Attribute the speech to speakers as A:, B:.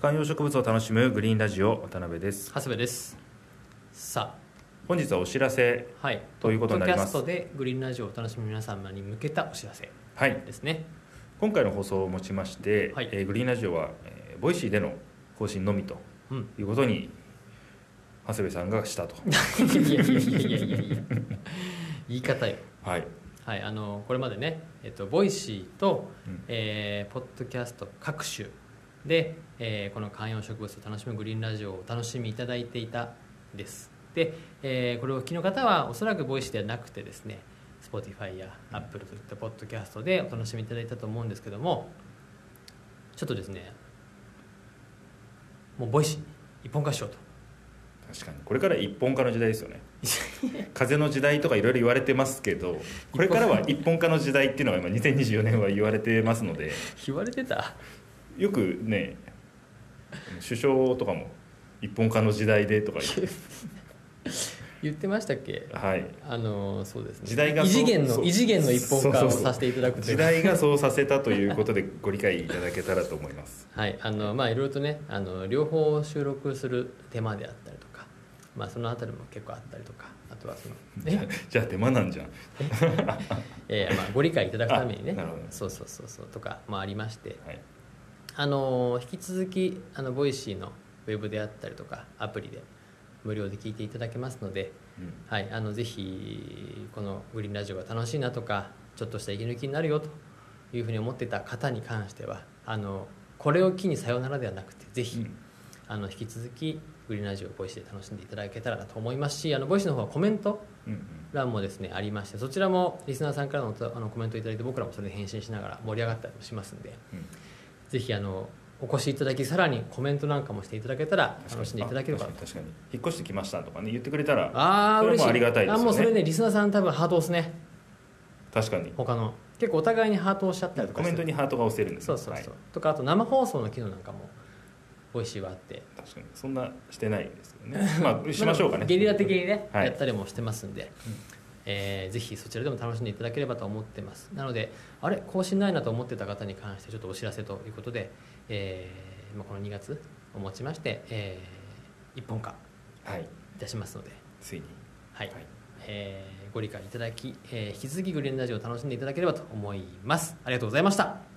A: 観葉植物を楽しむグリーンラジオ渡辺です
B: 長谷部ですさ
A: 本日はお知らせ
B: あはい
A: ということになります
B: ポッドキャストでグリーンラジオをお楽しみの皆様に向けたお知らせ
A: はい
B: ですね
A: 今回の放送をもちまして、
B: はい
A: えーグリーンラジオは、えーボイシーでの更新のみと
B: うん
A: いうことに長谷部さんが したと
B: いやいやいやいやいやいや言い方よ
A: はい
B: はいあのこれまでねえっとボイシーと、
A: うん
B: えーポッドキャスト各種で、えーこの観葉植物を楽しむグリーンラジオをお楽しみいただいていたんですで、えーこれをお聞きの方はおそらくボイシーではなくてですね Spotify や Apple といったポッドキャストでお楽しみいただいたと思うんですけどもちょっとですねもうボイシーに一本化しようと
A: 確かにこれから一本化の時代ですよね 風の時代とかいろいろ言われてますけどこれからは一本化の時代っていうのは今2024年は言われてますので
B: 言われてた
A: よく ね首相とかも一本化の時代でとか言って
B: 言ってましたっけ
A: はい
B: あのそうですね
A: 時代が
B: 異
A: そう
B: 次元の
A: そう
B: 異次元の一本化
A: そう
B: を
A: そうそう
B: させていただくとい
A: 時
B: う
A: 代がそうさせたということでご理解いただけたらと思います
B: はいあのまあいろいろとねあの両方収録する手間であったりとかまあそのあたりも結構あったりとかあとはその ね
A: じゃあ手間なんじゃん
B: ええまあご理解いただくためにね
A: あなるほど
B: そうそうそうそうとかもありまして
A: はい
B: あの引き続きあのボイシーのウェブであったりとかアプリで無料で聞いていただけますので
A: うん
B: はい、あのぜひこの「グリーンラジオ」が楽しいなとかちょっとした息抜きになるよというふうに思ってた方に関してはあのこれを機にさよならではなくてぜひ、
A: うん
B: あの引き続き「グリーンラジオ」ボイシーで楽しんでいただけたらなと思いますしあのボイシーの方はコメント
A: うんうん
B: 欄もですねありましてそちらもリスナーさんからのとあのコメントいただいて僕らもそれで返信しながら盛り上がったりもしますんで
A: うん
B: ぜひあのお越しいただきさらにコメントなんかもしていただけたら
A: 確かに
B: 楽しんでいただければ
A: あ確かに確かに引っ越してきましたとかね言ってくれたら
B: ああ
A: それ
B: 嬉し
A: も
B: い
A: ありがたいですよね
B: あもうそれねリスナーさん多分ハート押すね
A: 確かに
B: 他の結構お互いにハートを押しちゃったりとか
A: コメント
B: に
A: にハートが押せるんですね
B: そうそうそう、
A: はい
B: とかあと生放送の機能なんかも美味しいはあって
A: 確かにそんなしてないですけど ねまあしましょうかね
B: ゲリラ的にね、
A: はい
B: やったりもしてますんで、えーぜひそちらでも楽しんでいただければと思ってますなのであれ更新ないなと思ってた方に関してちょっとお知らせということで、えーまあこの2月をもちまして、えー一本化
A: はい
B: いたしますので
A: ついに
B: はい、
A: はい
B: えーご理解いただき、えー引き続きグリーンラジオを楽しんでいただければと思いますありがとうございました